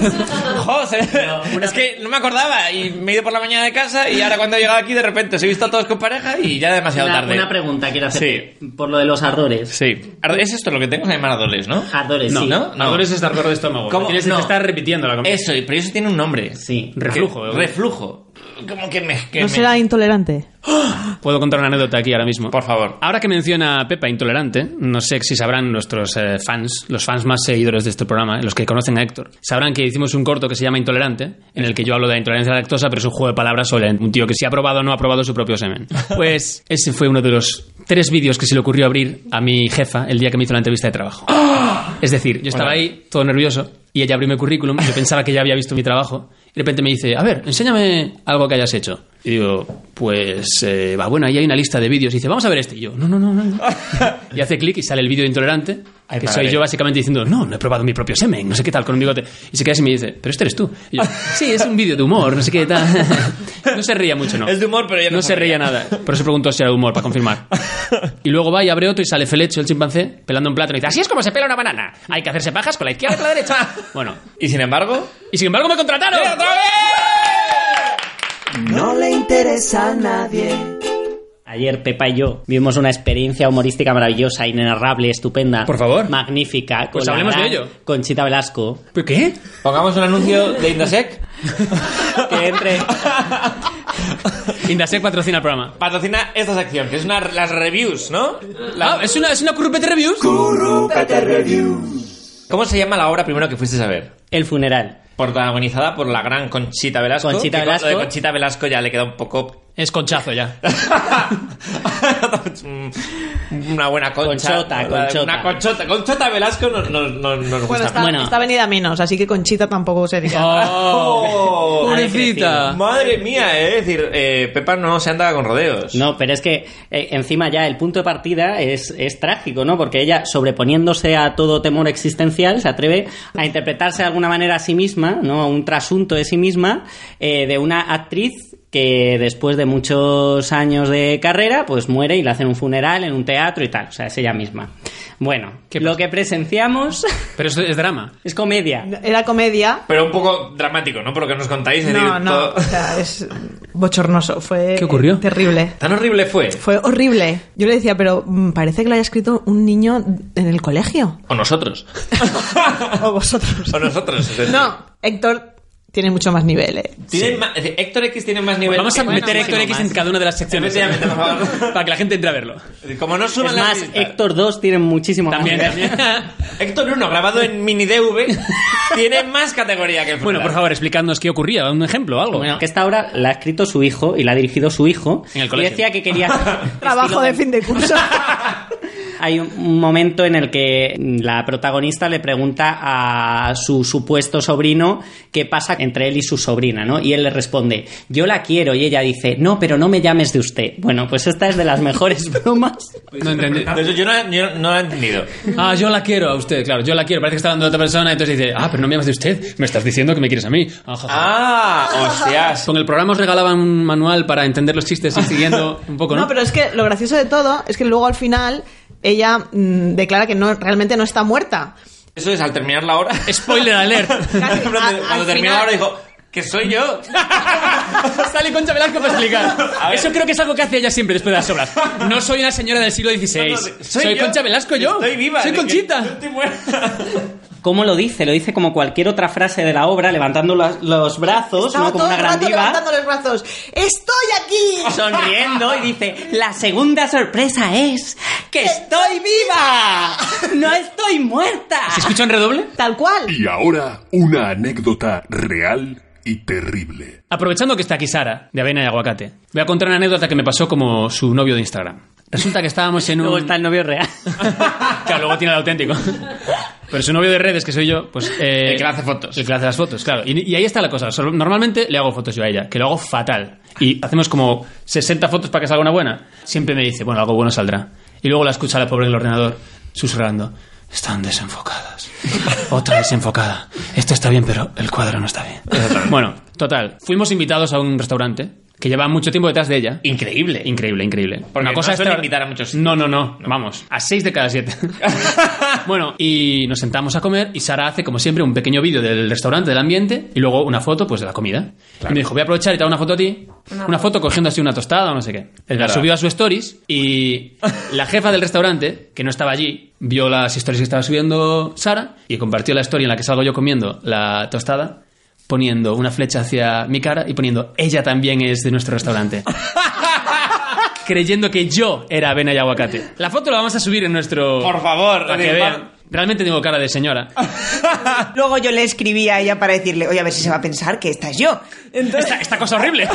[SPEAKER 5] Jo, se- es que no me acordaba. Y me he ido por la mañana de casa y ahora cuando he llegado aquí, de repente se he visto a todos con pareja y ya demasiado
[SPEAKER 7] Una,
[SPEAKER 5] tarde.
[SPEAKER 7] una pregunta quiero hacer por lo de los ardores.
[SPEAKER 5] Sí. Ar- Es esto lo que tengo, se llama ardores, ¿no?
[SPEAKER 7] Ardores,
[SPEAKER 5] No,
[SPEAKER 7] sí.
[SPEAKER 5] ¿no?
[SPEAKER 2] Ardores es de ardor de estómago.
[SPEAKER 5] ¿Cómo?
[SPEAKER 2] Tienes
[SPEAKER 5] No.
[SPEAKER 2] que estar repitiendo la comida.
[SPEAKER 5] Eso, y- pero eso tiene un nombre.
[SPEAKER 7] Sí.
[SPEAKER 2] Reflujo. eh.
[SPEAKER 5] Que- reflujo. Como que me. que
[SPEAKER 10] ¿No
[SPEAKER 5] me-
[SPEAKER 10] será intolerante?
[SPEAKER 2] ¡Ah! Puedo contar una anécdota aquí ahora mismo.
[SPEAKER 5] Por favor.
[SPEAKER 2] Ahora que menciona a Pepa Intolerante, no sé si sabrán nuestros eh, fans, los fans más seguidores de este programa, los que conocen a Héctor, sabrán que hicimos un corto que se llama Intolerante, en el que yo hablo de la intolerancia a la lactosa, pero es un juego de palabras sobre un tío que si ha probado o no ha probado su propio
[SPEAKER 5] <laughs>
[SPEAKER 2] semen. Pues ese fue uno de los tres vídeos que se le ocurrió abrir a mi jefa el día que me hizo la entrevista de trabajo. Es decir, yo estaba
[SPEAKER 5] Hola.
[SPEAKER 2] ahí todo nervioso y ella abrió mi currículum, yo pensaba que ya había visto mi trabajo y de repente me dice, a ver, enséñame algo que hayas hecho. Y digo, pues eh, va, bueno, ahí hay una lista de vídeos. Y dice, vamos a ver este. Y yo, no, no, no,
[SPEAKER 5] <laughs>
[SPEAKER 2] no. no". Y hace clic y sale el vídeo de intolerante,
[SPEAKER 5] Ay,
[SPEAKER 2] que
[SPEAKER 5] madre.
[SPEAKER 2] soy yo básicamente diciendo, no, no he probado mi propio semen, no sé qué tal, con un bigote. Y se queda así y me dice, pero este eres tú. Y
[SPEAKER 5] <laughs>
[SPEAKER 2] yo, sí, es un vídeo de humor, no sé qué tal. <laughs> No se reía mucho, ¿no?
[SPEAKER 5] Es de humor, pero ya no
[SPEAKER 2] No se reía nada. Por eso preguntó si era de humor, para confirmar. Y luego va y abre otro y sale Felecho, el chimpancé, pelando un plátano y dice, así es como se pela una banana. Hay que hacerse pajas con la izquierda y con la derecha. Bueno.
[SPEAKER 5] Y sin embargo.
[SPEAKER 2] Y sin embargo me contrataron.
[SPEAKER 5] ¡Otra vez!
[SPEAKER 3] No le interesa a nadie.
[SPEAKER 7] Ayer Pepa y yo vivimos una experiencia humorística maravillosa, inenarrable, estupenda.
[SPEAKER 2] Por favor.
[SPEAKER 7] Magnífica.
[SPEAKER 2] Pues
[SPEAKER 7] con la
[SPEAKER 2] hablemos
[SPEAKER 7] gran
[SPEAKER 2] de ello.
[SPEAKER 7] Conchita Velasco.
[SPEAKER 2] ¿Pero qué?
[SPEAKER 5] Pongamos un anuncio de Indasec.
[SPEAKER 7] <laughs> Que entre.
[SPEAKER 2] Indasec patrocina el programa.
[SPEAKER 5] Patrocina esta sección, que es una, las reviews, ¿no? La-
[SPEAKER 2] Ah, ¿es una, es una Currupete Reviews?
[SPEAKER 5] ¿Cómo se llama la obra primero que fuisteis a ver?
[SPEAKER 7] El funeral.
[SPEAKER 5] Protagonizada por la gran Conchita Velasco.
[SPEAKER 7] Conchita
[SPEAKER 5] que con-
[SPEAKER 7] Velasco.
[SPEAKER 5] lo de Conchita Velasco ya le queda un poco. <laughs>
[SPEAKER 2] Es conchazo ya.
[SPEAKER 5] una buena concha.
[SPEAKER 7] Conchota, conchota.
[SPEAKER 5] Una conchota. Conchota Velasco nos, nos, nos, nos
[SPEAKER 10] Bueno,
[SPEAKER 5] gusta.
[SPEAKER 10] está,
[SPEAKER 7] Bueno.
[SPEAKER 10] está venida menos, así que Conchita tampoco sería.
[SPEAKER 5] ¡Oh!
[SPEAKER 2] Pobrecita.
[SPEAKER 5] Madre mía, eh. Es decir, eh, Pepa no se anda con rodeos.
[SPEAKER 7] No, pero es que eh, encima ya el punto de partida es, es trágico, ¿no? Porque ella, sobreponiéndose a todo temor existencial, se atreve a interpretarse de alguna manera a sí misma, ¿no? A un trasunto de sí misma, eh, de una actriz que después de muchos años de carrera, pues muere y le hacen un funeral en un teatro y tal. O sea, es ella misma. Bueno, lo que presenciamos. <laughs>
[SPEAKER 2] Pero eso es drama.
[SPEAKER 7] Es comedia.
[SPEAKER 10] Era comedia.
[SPEAKER 5] Pero un poco dramático, ¿no? Por lo que nos contáis. es
[SPEAKER 10] No,
[SPEAKER 5] decir,
[SPEAKER 10] no,
[SPEAKER 5] todo-
[SPEAKER 10] o sea, es bochornoso. Fue
[SPEAKER 5] ¿Qué ocurrió?
[SPEAKER 10] terrible.
[SPEAKER 5] Tan horrible fue.
[SPEAKER 10] Fue horrible. Yo le decía, pero mm, parece que lo haya escrito un niño en el colegio.
[SPEAKER 5] O nosotros.
[SPEAKER 10] o vosotros.
[SPEAKER 5] <laughs> O nosotros. es decir.
[SPEAKER 10] No, Héctor tiene mucho más nivel, eh.
[SPEAKER 5] Tienen ma- es decir, Héctor X tiene más nivel.
[SPEAKER 2] Vamos a
[SPEAKER 5] Bueno,
[SPEAKER 2] meter a Héctor
[SPEAKER 5] bueno,
[SPEAKER 2] X
[SPEAKER 5] más.
[SPEAKER 2] en cada una de las secciones.
[SPEAKER 5] Efectivamente, por favor.
[SPEAKER 2] <laughs> Para que la gente entre a verlo.
[SPEAKER 5] Como no
[SPEAKER 7] Es
[SPEAKER 5] suban las
[SPEAKER 7] más, Héctor 2 tiene muchísimo más
[SPEAKER 5] También,
[SPEAKER 7] nivel.
[SPEAKER 5] <laughs> Héctor 1, grabado en mini DV, tiene más categoría que el
[SPEAKER 2] Bueno, por favor, explicadnos qué ocurría. Un ejemplo, algo.
[SPEAKER 7] Bueno, que esta obra la ha escrito su hijo y la ha dirigido su hijo.
[SPEAKER 2] En el
[SPEAKER 7] y
[SPEAKER 2] colegio.
[SPEAKER 7] decía
[SPEAKER 2] <laughs>
[SPEAKER 7] que quería.
[SPEAKER 10] Trabajo de fin de curso.
[SPEAKER 7] Hay un un momento en el que la protagonista le pregunta a su supuesto sobrino qué pasa entre él y su sobrina, ¿no? Y él le responde, yo la quiero. Y ella dice, no, pero no me llames de usted. Bueno, pues esta es de las <laughs> mejores bromas.
[SPEAKER 2] No entendí.
[SPEAKER 5] De hecho, yo no, yo no lo he entendido.
[SPEAKER 2] Ah, yo la quiero a usted, claro, yo la quiero. Parece que está hablando de otra persona, entonces dice, ah, pero no me llamas de usted, me estás diciendo que me quieres a mí. Ah, ja, ja.
[SPEAKER 5] Ah, hostias.
[SPEAKER 2] Con el programa os regalaban un manual para entender los chistes y siguiendo
[SPEAKER 5] <laughs>
[SPEAKER 2] un poco, ¿no?
[SPEAKER 10] No, pero es que lo gracioso de todo es que luego al final ella mm, declara que no, realmente no está muerta.
[SPEAKER 5] Eso es al terminar la hora.
[SPEAKER 2] Spoiler
[SPEAKER 5] <laughs>
[SPEAKER 2] alert.
[SPEAKER 5] En plan,
[SPEAKER 10] al-
[SPEAKER 5] Cuando
[SPEAKER 10] al
[SPEAKER 5] termina la hora
[SPEAKER 10] final-
[SPEAKER 5] dijo, que soy yo.
[SPEAKER 2] <laughs> Sale Concha Velasco para
[SPEAKER 5] <laughs>
[SPEAKER 2] explicar. Eso creo que es algo que hace ella siempre después de las obras. No soy una señora del siglo XVI.
[SPEAKER 5] <laughs> No, no,
[SPEAKER 2] soy
[SPEAKER 5] soy yo.
[SPEAKER 2] Concha Velasco yo.
[SPEAKER 5] Estoy viva.
[SPEAKER 2] Soy
[SPEAKER 5] de que
[SPEAKER 2] Conchita.
[SPEAKER 5] <laughs> yo estoy muerta.
[SPEAKER 7] ¿Cómo lo dice? Lo dice como cualquier otra frase de la obra, levantando los, los brazos,
[SPEAKER 10] Estaba
[SPEAKER 7] ¿no? Como
[SPEAKER 10] todo
[SPEAKER 7] una
[SPEAKER 10] el
[SPEAKER 7] gran
[SPEAKER 10] rato
[SPEAKER 7] diva.
[SPEAKER 10] levantando los brazos. ¡Estoy aquí!
[SPEAKER 7] sonriendo y dice, la segunda sorpresa es que estoy viva, no estoy muerta.
[SPEAKER 2] ¿Se escucha un redoble?
[SPEAKER 10] Tal cual.
[SPEAKER 14] Y ahora, una anécdota real y terrible.
[SPEAKER 2] Aprovechando que está aquí Sara, de avena y aguacate, voy a contar una anécdota que me pasó como su novio de Instagram. Resulta que estábamos en un...
[SPEAKER 7] Luego está el novio real.
[SPEAKER 2] <laughs> Claro, luego tiene el auténtico. Pero su novio de redes, que soy yo, pues... eh,
[SPEAKER 5] El que le hace fotos.
[SPEAKER 2] El que le hace las fotos, claro. Y, y ahí está la cosa. So- Normalmente le hago fotos yo a ella, que lo hago fatal. Y hacemos como 60 fotos para que salga una buena. Siempre me dice, bueno, algo bueno saldrá. Y luego la escucha la pobre en el ordenador, susurrando. Están
[SPEAKER 5] <laughs>
[SPEAKER 2] desenfocadas. Otra desenfocada. Esto está bien, pero el cuadro no está bien. Bueno, total. Fuimos invitados a un restaurante que lleva mucho tiempo detrás de ella.
[SPEAKER 5] Increíble.
[SPEAKER 2] Increíble, increíble.
[SPEAKER 5] Porque no suele
[SPEAKER 2] extraor-
[SPEAKER 5] invitar a muchos.
[SPEAKER 2] No, no, no, Vamos, a seis de cada
[SPEAKER 5] <laughs>
[SPEAKER 2] siete. bueno, y nos sentamos a comer y Sara hace, como siempre, un pequeño vídeo del restaurante, del ambiente y luego una foto, pues, de la comida. Y me dijo, voy a aprovechar y te hago una foto a ti. Una, foto cogiendo así una tostada o no sé qué. La
[SPEAKER 5] Claro.
[SPEAKER 2] subió a su stories
[SPEAKER 5] <laughs>
[SPEAKER 2] y la jefa del restaurante, que no estaba allí, vio las stories que estaba subiendo Sara y compartió la historia en la que salgo yo comiendo la tostada poniendo una flecha hacia mi cara y poniendo ella también es de nuestro
[SPEAKER 5] <laughs>
[SPEAKER 2] restaurante creyendo que yo era avena y aguacate. La foto la vamos a subir en nuestro.
[SPEAKER 5] Por favor.
[SPEAKER 2] Para que
[SPEAKER 5] Oye,
[SPEAKER 2] vean.
[SPEAKER 5] va-
[SPEAKER 2] Realmente tengo cara de
[SPEAKER 5] <laughs>
[SPEAKER 2] señora.
[SPEAKER 13] <laughs> Luego yo le escribí a ella para decirle, oye, a ver si se va a pensar que esta es yo.
[SPEAKER 2] Esta, esta cosa
[SPEAKER 5] <laughs>
[SPEAKER 2] horrible.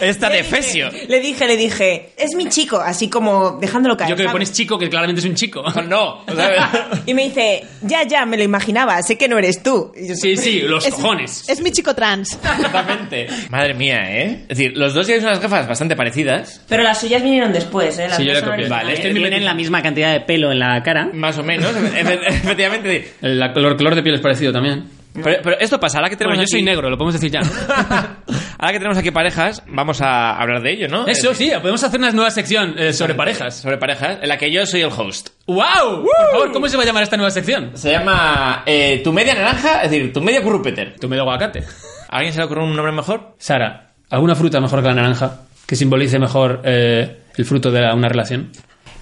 [SPEAKER 2] Esta de Fesio.
[SPEAKER 13] Le dije, le dije, es mi chico, así como dejándolo caer.
[SPEAKER 2] Yo que me
[SPEAKER 13] ¿sabes?
[SPEAKER 2] pones chico, que claramente es un chico.
[SPEAKER 5] No, ¿sabes?
[SPEAKER 2] <laughs>
[SPEAKER 13] Y me dice, ya, ya, me lo imaginaba, sé que no eres tú. Y yo,
[SPEAKER 2] Sí, sí, los cojones.
[SPEAKER 10] Es mi chico trans.
[SPEAKER 5] Exactamente. Madre mía, ¿eh? Es decir, los dos lleváis unas gafas bastante parecidas.
[SPEAKER 13] Pero las suyas vinieron después, ¿eh? Las
[SPEAKER 2] Sí, yo la
[SPEAKER 13] dos son
[SPEAKER 2] copié.
[SPEAKER 13] originales.
[SPEAKER 2] Vale, este es mi
[SPEAKER 7] Tienen
[SPEAKER 2] meti-
[SPEAKER 7] la misma cantidad de pelo en la cara.
[SPEAKER 5] Más o <laughs> menos. Efe- Efectivamente.
[SPEAKER 2] La- el color, color de piel es parecido también.
[SPEAKER 5] Pero, pero esto pasa, ahora que tenemos
[SPEAKER 2] Bueno, yo
[SPEAKER 5] aquí-
[SPEAKER 2] soy negro, lo podemos decir ya.
[SPEAKER 5] <laughs> Ahora que tenemos aquí parejas, vamos a hablar de ello, ¿no?
[SPEAKER 2] Eso sí, podemos hacer una nueva sección eh, sobre parejas.
[SPEAKER 5] Sobre parejas, en la que yo soy el host.
[SPEAKER 2] ¡Wow! Por favor, ¿cómo se va a llamar esta nueva sección?
[SPEAKER 5] Se llama eh, Tu media naranja, es decir, Tu media currupeter.
[SPEAKER 2] Tu medio aguacate.
[SPEAKER 5] ¿A alguien se le ocurre un nombre mejor?
[SPEAKER 2] Sara, ¿alguna fruta mejor que la naranja? Que simbolice mejor eh, el fruto de la- una relación.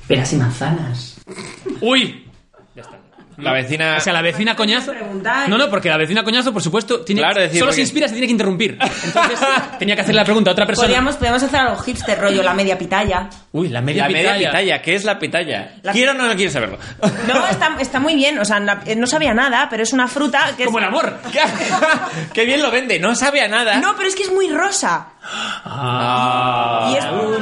[SPEAKER 7] Peras y manzanas.
[SPEAKER 2] ¡Uy!
[SPEAKER 5] La vecina...
[SPEAKER 2] O sea, la vecina coñazo.
[SPEAKER 13] preguntáis.
[SPEAKER 2] No, no, porque la vecina coñazo, por supuesto, tiene,
[SPEAKER 5] Claro, decir,
[SPEAKER 2] solo
[SPEAKER 5] porque-
[SPEAKER 2] se inspira si tiene que interrumpir.
[SPEAKER 5] <laughs>
[SPEAKER 2] Entonces, tenía que hacer la pregunta a otra persona.
[SPEAKER 13] Podríamos, podríamos hacer algo hipster, rollo la media pitaya.
[SPEAKER 2] Uy, la media
[SPEAKER 5] la media
[SPEAKER 2] pitaya.
[SPEAKER 5] pitaya, ¿qué es la pitaya?
[SPEAKER 13] La-
[SPEAKER 5] Quiero o no quiero saberlo.
[SPEAKER 2] <laughs>
[SPEAKER 13] No, está, está muy bien, o sea, na- eh, no sabía nada, pero es una fruta que es...
[SPEAKER 2] Como el amor.
[SPEAKER 5] <laughs> ¿Qué, qué bien lo vende, no sabe a nada.
[SPEAKER 13] No, pero es que es muy rosa.
[SPEAKER 5] Ah.
[SPEAKER 13] Y,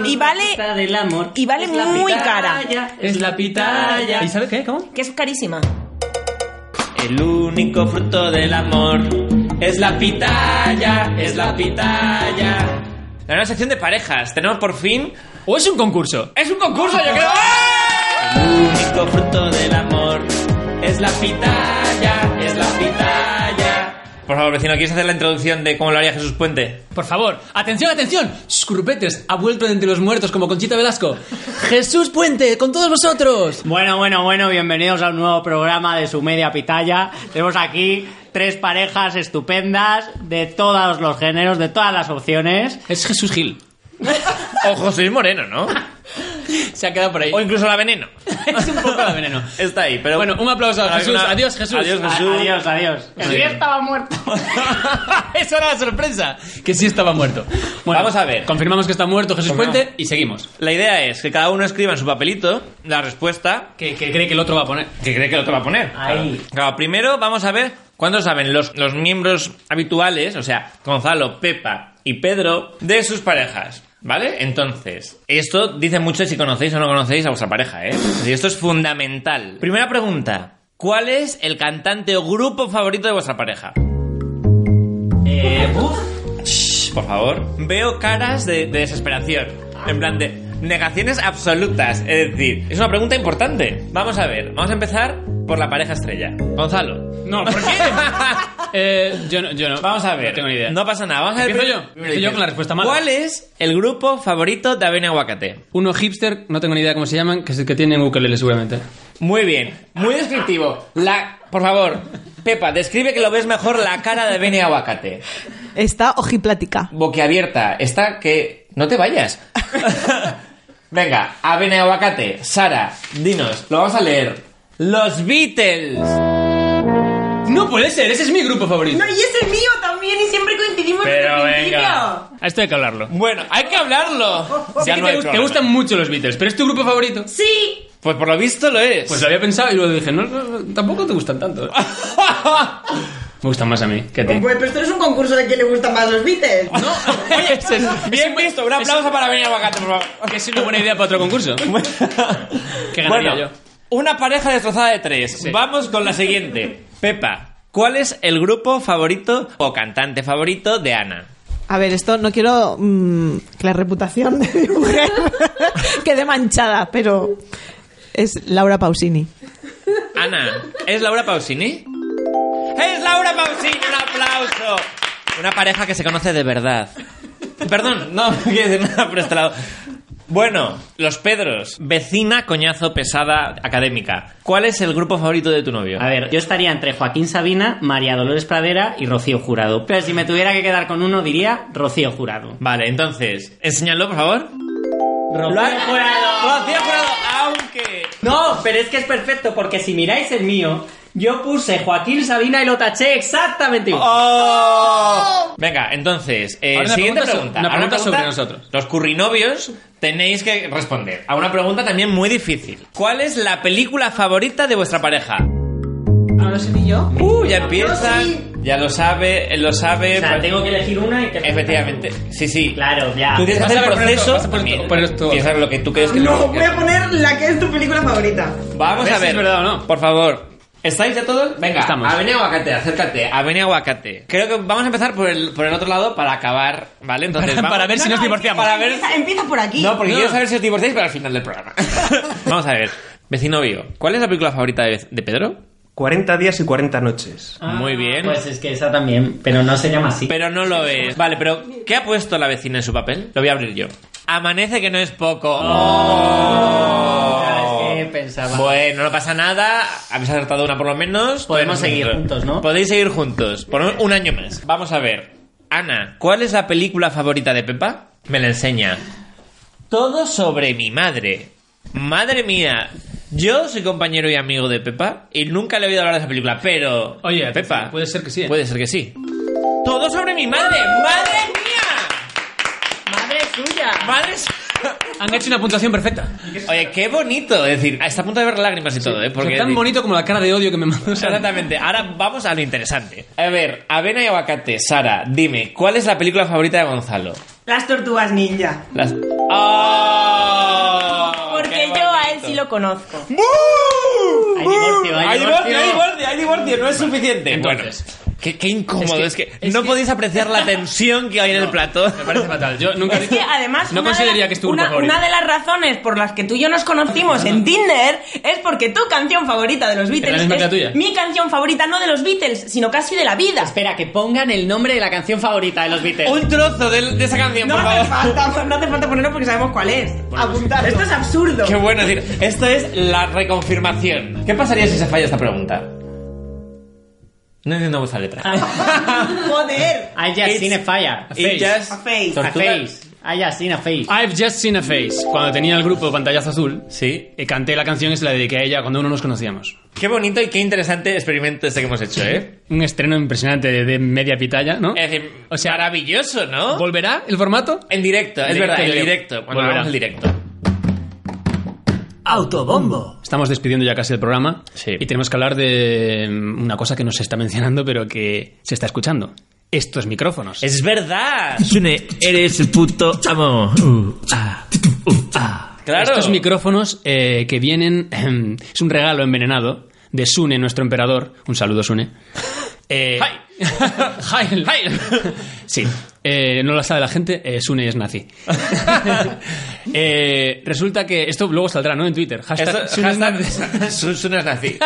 [SPEAKER 13] es- y vale,
[SPEAKER 7] Fruta del amor.
[SPEAKER 13] y vale
[SPEAKER 7] Es la
[SPEAKER 13] muy
[SPEAKER 7] pitaya,
[SPEAKER 13] cara.
[SPEAKER 7] Es la pitaya.
[SPEAKER 2] ¿Y sabe qué? ¿Cómo?
[SPEAKER 13] que es carísima.
[SPEAKER 5] El único fruto del amor es la pitaya, es la pitaya. La nueva sección de parejas, tenemos por fin...
[SPEAKER 2] ¿O es un concurso?
[SPEAKER 5] ¡Es un concurso, yo creo!
[SPEAKER 2] <laughs>
[SPEAKER 5] El único fruto del amor es la pitaya, es la pitaya. Por favor, vecino, ¿quieres hacer la introducción de cómo lo haría Jesús Puente?
[SPEAKER 2] Por favor, atención, atención. Scurpetes ha vuelto de entre los muertos como Conchita Velasco. Jesús Puente, con todos vosotros.
[SPEAKER 7] Bueno, bueno, bueno, bienvenidos a un nuevo programa de su media pitaya. Tenemos aquí tres parejas estupendas de todos los géneros, de todas las opciones.
[SPEAKER 2] Es Jesús Gil.
[SPEAKER 5] o José Luis Moreno, ¿no?
[SPEAKER 2] Se ha quedado por ahí. <laughs>
[SPEAKER 5] O incluso la veneno.
[SPEAKER 2] es un poco la veneno.
[SPEAKER 5] Está ahí, pero.
[SPEAKER 2] Bueno, un aplauso a Jesús.
[SPEAKER 5] Una-
[SPEAKER 2] Adiós, Jesús.
[SPEAKER 5] Adiós,
[SPEAKER 7] A-
[SPEAKER 5] Jesús.
[SPEAKER 7] Adiós, adiós. El día estaba muerto.
[SPEAKER 2] Esa era la sorpresa. Que sí estaba muerto. Bueno,
[SPEAKER 5] Vamos a ver.
[SPEAKER 2] Confirmamos que está muerto Jesús Puente y seguimos.
[SPEAKER 5] La idea es que cada uno escriba en su papelito la respuesta
[SPEAKER 2] Que, que cree que el otro va a poner.
[SPEAKER 5] que cree que el otro va a poner.
[SPEAKER 7] Ahí.
[SPEAKER 5] Claro. Claro, primero vamos a ver cuánto saben los, los miembros habituales, o sea, Gonzalo, Pepa y Pedro, de sus parejas. ¿Vale? Entonces, esto dice mucho si conocéis o no conocéis a vuestra pareja, ¿eh? Y esto es fundamental. Primera pregunta. ¿Cuál es el cantante o grupo favorito de vuestra pareja?
[SPEAKER 7] Eh, uf.
[SPEAKER 5] Shh, por favor. Veo caras de, de desesperación. En plan de negaciones absolutas. Es decir, es una pregunta importante. Vamos a ver, vamos a empezar por la pareja estrella. Gonzalo.
[SPEAKER 2] No, ¿por qué? <laughs> Eh, yo no, yo no.
[SPEAKER 5] Vamos a ver.
[SPEAKER 2] No tengo ni idea.
[SPEAKER 5] No pasa nada. Vamos a ver.
[SPEAKER 2] Empiezo yo. Empiezo
[SPEAKER 5] primero
[SPEAKER 2] yo
[SPEAKER 5] dices,
[SPEAKER 2] con la respuesta mala.
[SPEAKER 5] ¿Cuál es el grupo favorito de Avena Aguacate?
[SPEAKER 2] Uno hipster, no tengo ni idea cómo se llaman, que es el que tienen ukelele seguramente.
[SPEAKER 5] Muy bien. Muy descriptivo. La, por favor, Pepa, describe que lo ves mejor la cara de Avena Aguacate.
[SPEAKER 10] Está ojiplática.
[SPEAKER 5] boquiabierta. Está que. No
[SPEAKER 2] <laughs>
[SPEAKER 5] te vayas. Venga, avena y aguacate. Sara, dinos, lo vamos a leer. Los Beatles.
[SPEAKER 2] No puede ser, ese es mi grupo favorito.
[SPEAKER 13] No, y es el mío también, y siempre coincidimos
[SPEAKER 5] Pero
[SPEAKER 13] desde el
[SPEAKER 5] venga.
[SPEAKER 13] principio.
[SPEAKER 2] A esto hay que hablarlo.
[SPEAKER 5] Bueno, hay que hablarlo.
[SPEAKER 2] Sí que
[SPEAKER 5] no
[SPEAKER 2] te, gust-
[SPEAKER 5] hay
[SPEAKER 2] te
[SPEAKER 5] problema.
[SPEAKER 2] gustan mucho los Beatles, pero es tu grupo favorito.
[SPEAKER 13] Sí.
[SPEAKER 5] Pues por lo visto lo es. <laughs>
[SPEAKER 2] Pues lo había pensado y luego dije, no, no, no, tampoco te gustan tanto. <laughs> ¿eh? Me gustan más a mí que a ti.
[SPEAKER 13] Pues, pero esto no es un concurso de quién le gustan más los Beatles.
[SPEAKER 5] <laughs>
[SPEAKER 2] No, oye, ese es-
[SPEAKER 5] Bien visto, un aplauso para Avena y aguacate, por favor.
[SPEAKER 2] Que es una buena idea para otro
[SPEAKER 5] <laughs>
[SPEAKER 2] concurso. Que ganaría
[SPEAKER 5] Bueno,
[SPEAKER 2] yo.
[SPEAKER 5] Una pareja destrozada de tres.
[SPEAKER 2] Sí.
[SPEAKER 5] Vamos con la siguiente. Pepa, ¿cuál es el grupo favorito o cantante favorito de Ana?
[SPEAKER 10] A ver, esto no quiero mm, que la reputación de mi mujer <laughs> quede manchada, pero es Laura Pausini.
[SPEAKER 5] Ana, ¿es Laura Pausini? ¡Es Laura Pausini! ¡Un aplauso! Una pareja que se conoce de verdad. Perdón, no, no quiero decir nada por este lado. Bueno, los Pedros, vecina, coñazo, pesada, académica. ¿Cuál es el grupo favorito de tu novio?
[SPEAKER 7] A ver, yo estaría entre Joaquín Sabina, María Dolores Pradera y Rocío Jurado. Pero si me tuviera que quedar con uno, diría Rocío Jurado.
[SPEAKER 5] Vale, entonces, enséñalo, por favor.
[SPEAKER 7] ¡Rocío
[SPEAKER 5] Lo hacía jurado, aunque...
[SPEAKER 7] No, pero es que es perfecto, porque si miráis el mío, yo puse Joaquín Sabina y lo taché exactamente igual.
[SPEAKER 5] ¡Oh! Venga, entonces, eh,
[SPEAKER 2] Ahora una
[SPEAKER 5] siguiente
[SPEAKER 2] pregunta so-
[SPEAKER 5] pregunta.
[SPEAKER 2] una
[SPEAKER 5] Ahora
[SPEAKER 2] pregunta sobre nosotros.
[SPEAKER 5] Los currinovios tenéis que responder a una pregunta también muy difícil. ¿Cuál es la película favorita de vuestra pareja?
[SPEAKER 10] ¿No lo sé ni yo?
[SPEAKER 5] Uh, ya empiezan, ya lo sabe, él lo sabe.
[SPEAKER 7] O sea,
[SPEAKER 5] pues-
[SPEAKER 7] tengo que elegir una y te...
[SPEAKER 5] Efectivamente, sí, sí.
[SPEAKER 7] Claro, ya.
[SPEAKER 5] Tú tienes que
[SPEAKER 2] Vas
[SPEAKER 5] hacer
[SPEAKER 2] a
[SPEAKER 5] el
[SPEAKER 2] poner esto,
[SPEAKER 5] proceso.
[SPEAKER 2] vas a poner esto,
[SPEAKER 5] Mira,
[SPEAKER 2] poner esto.
[SPEAKER 5] piensa lo que tú crees que
[SPEAKER 15] No,
[SPEAKER 5] tenemos que-
[SPEAKER 15] voy a poner la que es tu película favorita.
[SPEAKER 5] Vamos
[SPEAKER 2] A ver
[SPEAKER 5] a
[SPEAKER 2] si
[SPEAKER 5] ver.
[SPEAKER 2] es verdad o no.
[SPEAKER 5] Por favor. ¿Estáis ya todos? Venga,
[SPEAKER 2] Estamos.
[SPEAKER 5] Avenida Aguacate, acércate. Avenida Aguacate. Creo que vamos a empezar por el, por el otro lado para acabar, ¿vale? Entonces,
[SPEAKER 2] Para-
[SPEAKER 5] vamos-
[SPEAKER 2] para ver si nos divorciamos.
[SPEAKER 5] Para ver.
[SPEAKER 15] Empieza, empieza por aquí.
[SPEAKER 5] No, porque
[SPEAKER 2] No.
[SPEAKER 5] quiero saber si os divorciáis para el final
[SPEAKER 2] <laughs>
[SPEAKER 5] del programa. vamos a ver. Vecino Bio, ¿cuál es la película favorita de, de Pedro?
[SPEAKER 12] 40 días y 40 noches.
[SPEAKER 5] Muy bien.
[SPEAKER 7] Pues es que esa también, pero no se llama así.
[SPEAKER 5] Pero no lo es. Vale, pero ¿qué ha puesto la vecina en su papel? Lo voy a abrir yo. Amanece que no es poco.
[SPEAKER 2] Oh.
[SPEAKER 7] Ya es que pensaba.
[SPEAKER 5] Bueno, no pasa nada. Habéis acertado una por lo menos.
[SPEAKER 7] Podemos seguir juntos, ¿no?
[SPEAKER 5] Podéis seguir juntos. Por un año más. Vamos a ver. Ana, ¿cuál es la película favorita de Pepa? Me la enseña. Todo sobre mi madre. Madre mía. Yo soy compañero y amigo de Pepa y nunca le he oído hablar de esa película, pero...
[SPEAKER 2] Oye,
[SPEAKER 5] Pepa,
[SPEAKER 2] puede ser que sí, ¿eh?
[SPEAKER 5] Puede ser que sí. Todo sobre mi madre. ¡Madre mía!
[SPEAKER 7] ¡Madre suya!
[SPEAKER 5] ¡Madre su-
[SPEAKER 2] Han hecho una puntuación perfecta.
[SPEAKER 5] Oye, qué bonito. Es decir, está a punto de ver lágrimas y todo, ¿eh?
[SPEAKER 2] O
[SPEAKER 5] Porque...
[SPEAKER 2] sea, tan bonito como la cara de odio que me mandó Sara.
[SPEAKER 5] Exactamente. Ahora vamos a lo interesante. A ver, avena y aguacate. Sara, dime, ¿cuál es la película favorita de Gonzalo?
[SPEAKER 15] Las tortugas ninja.
[SPEAKER 5] Las... ¡Oh!
[SPEAKER 13] Porque
[SPEAKER 5] ¡Qué
[SPEAKER 13] yo a él
[SPEAKER 5] bonito!
[SPEAKER 13] sí lo conozco.
[SPEAKER 5] ¡Bú!
[SPEAKER 7] Hay divorcio, hay
[SPEAKER 5] hay divorcio,
[SPEAKER 7] divorcio.
[SPEAKER 5] hay divorcio, hay divorcio, no es suficiente.
[SPEAKER 2] Entonces.
[SPEAKER 5] Bueno, Qué, qué incómodo, es que, no podéis apreciar la tensión que hay en el plató. <laughs> Me
[SPEAKER 2] parece fatal. Yo nunca
[SPEAKER 13] Es que además
[SPEAKER 2] no
[SPEAKER 13] una de
[SPEAKER 2] consideraría
[SPEAKER 13] la-
[SPEAKER 2] que es tu grupo
[SPEAKER 13] una,
[SPEAKER 2] favorito.
[SPEAKER 13] una de las razones por las que tú y yo nos conocimos en Tinder es porque tu canción favorita de los Beatles
[SPEAKER 2] misma
[SPEAKER 13] es
[SPEAKER 2] que la tuya.
[SPEAKER 13] mi canción favorita no de los Beatles, sino casi de la vida.
[SPEAKER 7] Espera, que pongan el nombre de la canción favorita de los Beatles.
[SPEAKER 5] Un trozo de, de esa canción,
[SPEAKER 13] No
[SPEAKER 5] por
[SPEAKER 13] hace,
[SPEAKER 5] favor.
[SPEAKER 13] falta, no hace falta ponerlo porque sabemos cuál es. Apuntadlo. Esto
[SPEAKER 5] <laughs>
[SPEAKER 13] es absurdo.
[SPEAKER 5] Qué bueno es decir, esto es la reconfirmación. ¿Qué pasaría si se falla esta pregunta? No entiendo vuestra letra.
[SPEAKER 2] Ah.
[SPEAKER 13] Joder.
[SPEAKER 7] I just seen a fire.
[SPEAKER 5] It just-
[SPEAKER 13] A face.
[SPEAKER 7] A
[SPEAKER 5] Tortuga.
[SPEAKER 7] face. I just seen a face.
[SPEAKER 2] I've just seen a face. Cuando tenía el grupo Pantallazo Azul,
[SPEAKER 5] sí.
[SPEAKER 2] canté la canción y se la dediqué a ella cuando uno nos conocíamos.
[SPEAKER 5] Qué bonito y qué interesante experimento este que hemos hecho, ¿eh?
[SPEAKER 2] Un estreno impresionante de, de media pitaya, ¿no?
[SPEAKER 5] Es decir, maravilloso, ¿no?
[SPEAKER 2] ¿Volverá el formato?
[SPEAKER 5] En directo, es
[SPEAKER 2] Directo,
[SPEAKER 5] verdad, en
[SPEAKER 2] yo-
[SPEAKER 5] directo. Cuando
[SPEAKER 2] Volverá.
[SPEAKER 5] hagamos el directo.
[SPEAKER 16] Autobombo.
[SPEAKER 2] Estamos despidiendo ya casi el programa
[SPEAKER 5] Sí.
[SPEAKER 2] y tenemos que hablar de mm, una cosa que no se está mencionando pero que se está escuchando. Estos micrófonos.
[SPEAKER 5] Es verdad. Uh,
[SPEAKER 16] eres el puto amo.
[SPEAKER 2] Uh,
[SPEAKER 5] ah, Claro.
[SPEAKER 2] Estos micrófonos eh, que vienen. em, es un regalo envenenado de Sune, nuestro emperador. Un saludo,
[SPEAKER 5] <laughs>
[SPEAKER 2] Sune. Eh, <laughs> Heil. sí. eh, no lo sabe la gente, eh, Sune es nazi.
[SPEAKER 5] <laughs>
[SPEAKER 2] <laughs> Eh, resulta que esto luego saldrá, ¿no? En Twitter. Hashtag
[SPEAKER 5] Esto-
[SPEAKER 2] Sune es nazi.
[SPEAKER 5] hashtag Su- Sune es nazi.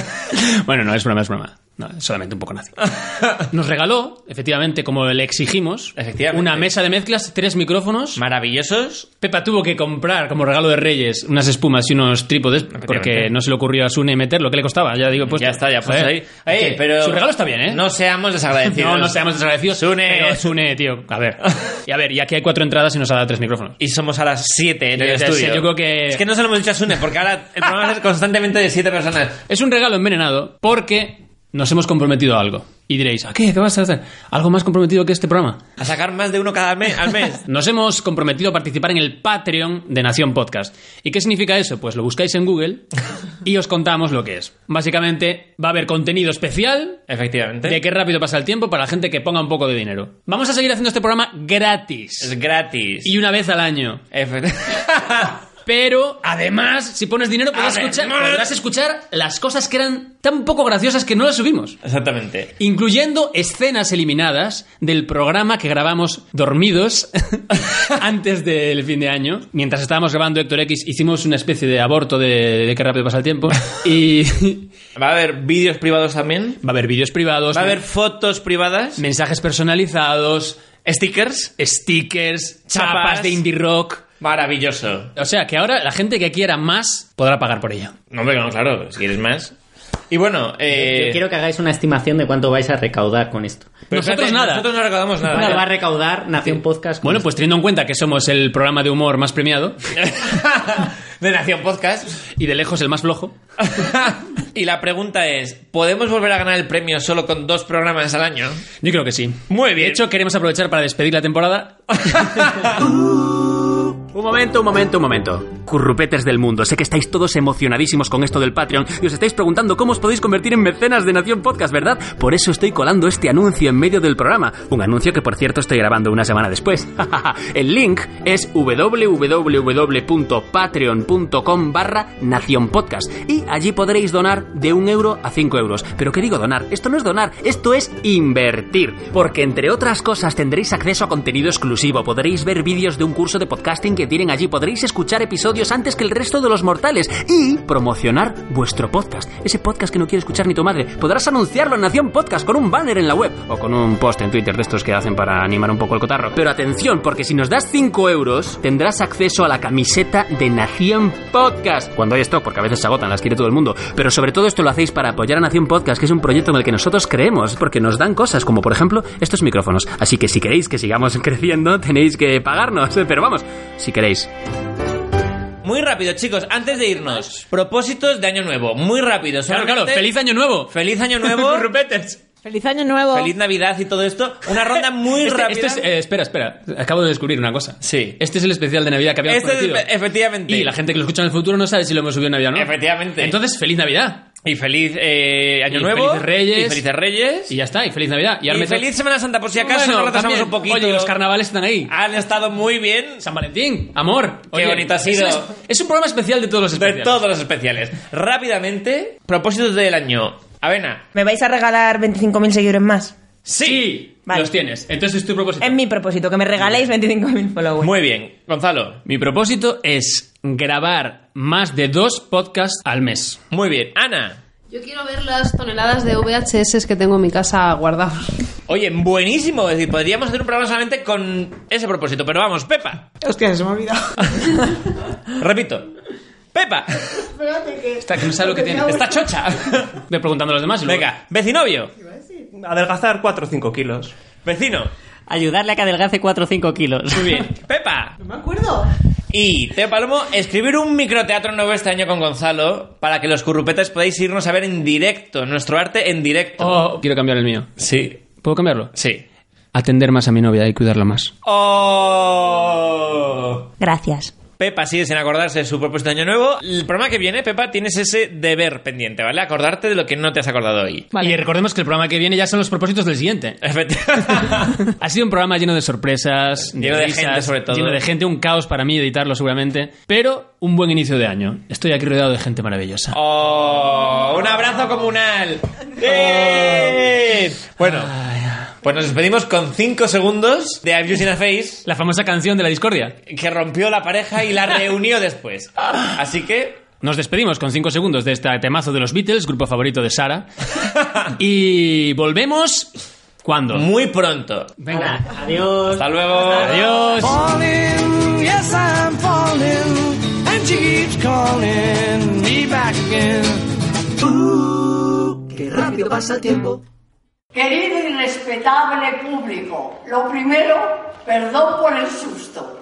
[SPEAKER 2] <laughs> bueno, no, es broma, es broma. No, es solamente un poco nazi. Nos regaló, efectivamente, como le exigimos,
[SPEAKER 5] Efectivamente.
[SPEAKER 2] una mesa de mezclas, tres micrófonos.
[SPEAKER 5] Maravillosos.
[SPEAKER 2] Pepa tuvo que comprar como regalo de Reyes unas espumas y unos trípodes porque no se le ocurrió a Sune meterlo. ¿Qué le costaba? Ya digo, pues.
[SPEAKER 5] ya está, ya pues
[SPEAKER 2] Joder.
[SPEAKER 5] ahí. Ey,
[SPEAKER 2] Es que
[SPEAKER 5] pero
[SPEAKER 2] Su regalo está bien, ¿eh?
[SPEAKER 5] No seamos desagradecidos.
[SPEAKER 2] No, no seamos desagradecidos.
[SPEAKER 5] Sune.
[SPEAKER 2] Pero Sune, tío. A ver. Y a ver, y aquí hay cuatro entradas y nos ha dado tres micrófonos.
[SPEAKER 5] Y somos a las 7 en
[SPEAKER 2] Y
[SPEAKER 5] el
[SPEAKER 2] desde
[SPEAKER 5] estudio.
[SPEAKER 2] siete, yo creo que-
[SPEAKER 5] Es que no se lo hemos dicho a Sune, porque ahora el programa es constantemente de 7 personas.
[SPEAKER 2] Es un regalo envenenado porque nos hemos comprometido a algo. Y diréis, ¿a qué? ¿Qué vas a hacer? ¿Algo más comprometido que este programa?
[SPEAKER 5] A sacar más de uno cada mes, al mes.
[SPEAKER 2] Nos hemos comprometido a participar en el Patreon de Nación Podcast. ¿Y qué significa eso? Pues lo buscáis en
[SPEAKER 5] <laughs>
[SPEAKER 2] Google y os contamos lo que es. Básicamente va a haber contenido especial
[SPEAKER 5] Efectivamente.
[SPEAKER 2] de qué rápido pasa el tiempo para la gente que ponga un poco de dinero. Vamos a seguir haciendo este programa gratis
[SPEAKER 5] Es gratis.
[SPEAKER 2] y una vez al año.
[SPEAKER 5] Efe- <laughs>
[SPEAKER 2] Pero además, si pones dinero, podrás
[SPEAKER 5] Además.
[SPEAKER 2] escuchar, podrás escuchar las cosas que eran tan poco graciosas que no las subimos.
[SPEAKER 5] Exactamente.
[SPEAKER 2] Incluyendo escenas eliminadas del programa que grabamos dormidos <laughs> antes del fin de año. Mientras estábamos grabando Héctor X, hicimos una especie de aborto de, de qué rápido pasa el tiempo. Y <laughs>
[SPEAKER 5] Va a haber vídeos privados también.
[SPEAKER 2] va a haber vídeos privados,
[SPEAKER 5] Va a haber fotos privadas.
[SPEAKER 2] mensajes personalizados,
[SPEAKER 5] Stickers.
[SPEAKER 2] stickers,
[SPEAKER 5] Chapas.
[SPEAKER 2] chapas de indie rock.
[SPEAKER 5] Maravilloso.
[SPEAKER 2] O sea que ahora la gente que quiera más podrá pagar por ello.
[SPEAKER 5] No, hombre, no, claro. Si quieres más. Y bueno, eh...
[SPEAKER 7] Yo quiero que hagáis una estimación de cuánto vais a recaudar con esto.
[SPEAKER 5] pero
[SPEAKER 2] Nosotros
[SPEAKER 5] espérate,
[SPEAKER 2] nada.
[SPEAKER 5] Nosotros no recaudamos nada. ¿eh?
[SPEAKER 7] ¿Cuánto va a recaudar Nación Podcast? con
[SPEAKER 2] Bueno,
[SPEAKER 7] esto?
[SPEAKER 2] pues teniendo en cuenta que somos el programa de humor más premiado
[SPEAKER 5] de Nación Podcast.
[SPEAKER 2] y de lejos el más flojo,
[SPEAKER 5] <laughs> y la pregunta es, ¿podemos volver a ganar el premio solo con dos programas al año?
[SPEAKER 2] yo creo que sí.
[SPEAKER 5] Muy bien.
[SPEAKER 2] De hecho, queremos aprovechar para despedir la temporada. <laughs> Un momento, un momento, un momento. Currupetes del mundo, sé que estáis todos emocionadísimos con esto del Patreon y os estáis preguntando cómo os podéis convertir en mecenas de Nación Podcast, ¿verdad? Por eso estoy colando este anuncio en medio del programa. Un anuncio que, por cierto, estoy grabando una semana después. <laughs> El link es www.patreon.com barra Nación Podcast y allí podréis donar de un euro a cinco euros. Pero ¿qué digo donar? Esto no es donar, esto es invertir. Porque, entre otras cosas, tendréis acceso a contenido exclusivo, podréis ver vídeos de un curso de podcasting que tienen allí, podréis escuchar episodios antes que el resto de los mortales y promocionar vuestro podcast. Ese podcast que no quiere escuchar ni tu madre. Podrás anunciarlo en Nación Podcast con un banner en la web o con un post en Twitter de estos que hacen para animar un poco el cotarro. Pero atención, porque si nos das 5 euros, tendrás acceso a la camiseta de Nación Podcast. Cuando hay stock, porque a veces se agotan, las quiere todo el mundo. Pero sobre todo esto lo hacéis para apoyar a Nación Podcast, que es un proyecto en el que nosotros creemos, porque nos dan cosas, como por ejemplo estos micrófonos. Así que si queréis que sigamos <laughs> creciendo, tenéis que pagarnos. <laughs> Pero vamos, si queréis.
[SPEAKER 5] Muy rápido, chicos, antes de irnos. Propósitos de año nuevo, muy rápido. solamente-
[SPEAKER 2] año nuevo.
[SPEAKER 5] feliz
[SPEAKER 2] <laughs>
[SPEAKER 5] año nuevo.
[SPEAKER 10] Feliz año nuevo.
[SPEAKER 5] Feliz Navidad y todo esto. Una ronda muy
[SPEAKER 2] Este-
[SPEAKER 5] rápida.
[SPEAKER 2] este es- eh, espera, espera. Acabo de descubrir una cosa.
[SPEAKER 5] Sí.
[SPEAKER 2] Este es el especial de Navidad que habíamos
[SPEAKER 5] Este es-
[SPEAKER 2] prometido.
[SPEAKER 5] efectivamente.
[SPEAKER 2] Y la gente que lo escucha en el futuro no sabe si lo hemos subido en Navidad o no.
[SPEAKER 5] Efectivamente.
[SPEAKER 2] Entonces, feliz Navidad.
[SPEAKER 5] Y feliz eh, año
[SPEAKER 2] Y
[SPEAKER 5] nuevo.
[SPEAKER 2] felices Reyes.
[SPEAKER 5] Y felices Reyes.
[SPEAKER 2] Y ya está, y feliz Navidad.
[SPEAKER 5] Y,
[SPEAKER 2] ahora me tra-
[SPEAKER 5] feliz Semana Santa, por si acaso
[SPEAKER 2] Bueno,
[SPEAKER 5] nos retrasamos
[SPEAKER 2] también.
[SPEAKER 5] un poquito.
[SPEAKER 2] Oye, los carnavales están ahí.
[SPEAKER 5] Han estado muy bien.
[SPEAKER 2] San Valentín, <laughs> amor. Oye,
[SPEAKER 5] bonito ha sido.
[SPEAKER 2] Es, es un programa especial de todos los
[SPEAKER 5] De
[SPEAKER 2] especiales.
[SPEAKER 5] todos los especiales. Rápidamente, propósitos del año Avena.
[SPEAKER 13] ¿Me vais a regalar 25.000 seguidores más?
[SPEAKER 16] Sí. Los tienes. Entonces es tu propósito.
[SPEAKER 13] Es mi propósito, que me regaléis 25.000 followers.
[SPEAKER 5] Muy bien, Gonzalo.
[SPEAKER 2] Mi propósito es grabar más de dos podcasts al mes.
[SPEAKER 5] Muy bien, Ana.
[SPEAKER 11] Yo quiero ver las toneladas de VHS que tengo en mi casa guardados.
[SPEAKER 5] Oye, buenísimo. Es decir, podríamos hacer un programa solamente con ese propósito. Pero vamos,
[SPEAKER 10] <laughs>
[SPEAKER 5] Pepa.
[SPEAKER 10] Hostia, se me ha olvidado.
[SPEAKER 5] Repito. Pepa.
[SPEAKER 10] <laughs> Espérate que.
[SPEAKER 2] Está que no sabe lo que tiene. Está <laughs> chocha. De preguntando a los demás. y luego-
[SPEAKER 5] Venga, vecinovio.
[SPEAKER 12] Adelgazar 4 o 5 kilos.
[SPEAKER 5] Vecino.
[SPEAKER 7] Ayudarle a que adelgace 4 o 5 kilos.
[SPEAKER 5] Muy bien. Pepa.
[SPEAKER 10] No me acuerdo.
[SPEAKER 5] Y Teo Palomo, escribir un microteatro nuevo este año con Gonzalo para que los currupetas podáis irnos a ver en directo, nuestro arte en directo.
[SPEAKER 2] Oh, quiero cambiar el mío.
[SPEAKER 5] Sí.
[SPEAKER 2] ¿Puedo cambiarlo?
[SPEAKER 5] Sí.
[SPEAKER 2] Atender más a mi novia y cuidarla más.
[SPEAKER 5] ¡Oh!
[SPEAKER 13] Gracias.
[SPEAKER 5] Pepa sigue sin acordarse de su propuesto de año nuevo. El programa que viene, Pepa, tienes ese deber pendiente, ¿vale? Acordarte de lo que no te has acordado hoy.
[SPEAKER 2] Y recordemos que el programa que viene ya son los propósitos del siguiente.
[SPEAKER 5] Efectivamente.
[SPEAKER 2] <laughs> Ha sido un programa lleno de sorpresas,
[SPEAKER 5] Lleno de
[SPEAKER 2] risas,
[SPEAKER 5] gente, sobre todo.
[SPEAKER 2] Lleno de gente, un caos para mí editarlo seguramente, pero un buen inicio de año. Estoy aquí rodeado de gente maravillosa.
[SPEAKER 5] ¡Oh! ¡Un abrazo comunal! ¡Eh! Bueno, pues nos despedimos con 5 segundos de Abuse in a Face
[SPEAKER 2] La famosa canción de la discordia.
[SPEAKER 5] que rompió la pareja y la reunió
[SPEAKER 2] <laughs>
[SPEAKER 5] después. Así que
[SPEAKER 2] Nos despedimos con 5 segundos de este temazo de los Beatles, grupo favorito de <laughs> Sara. y volvemos cuando.
[SPEAKER 5] muy pronto.
[SPEAKER 2] Venga.
[SPEAKER 7] Adiós.
[SPEAKER 5] Hasta luego.
[SPEAKER 2] Adiós.
[SPEAKER 6] Falling, yes, I'm falling. And she keeps calling me back again. Ooh, qué rápido pasa el tiempo.
[SPEAKER 17] Querido y respetable público, lo primero, perdón por el susto.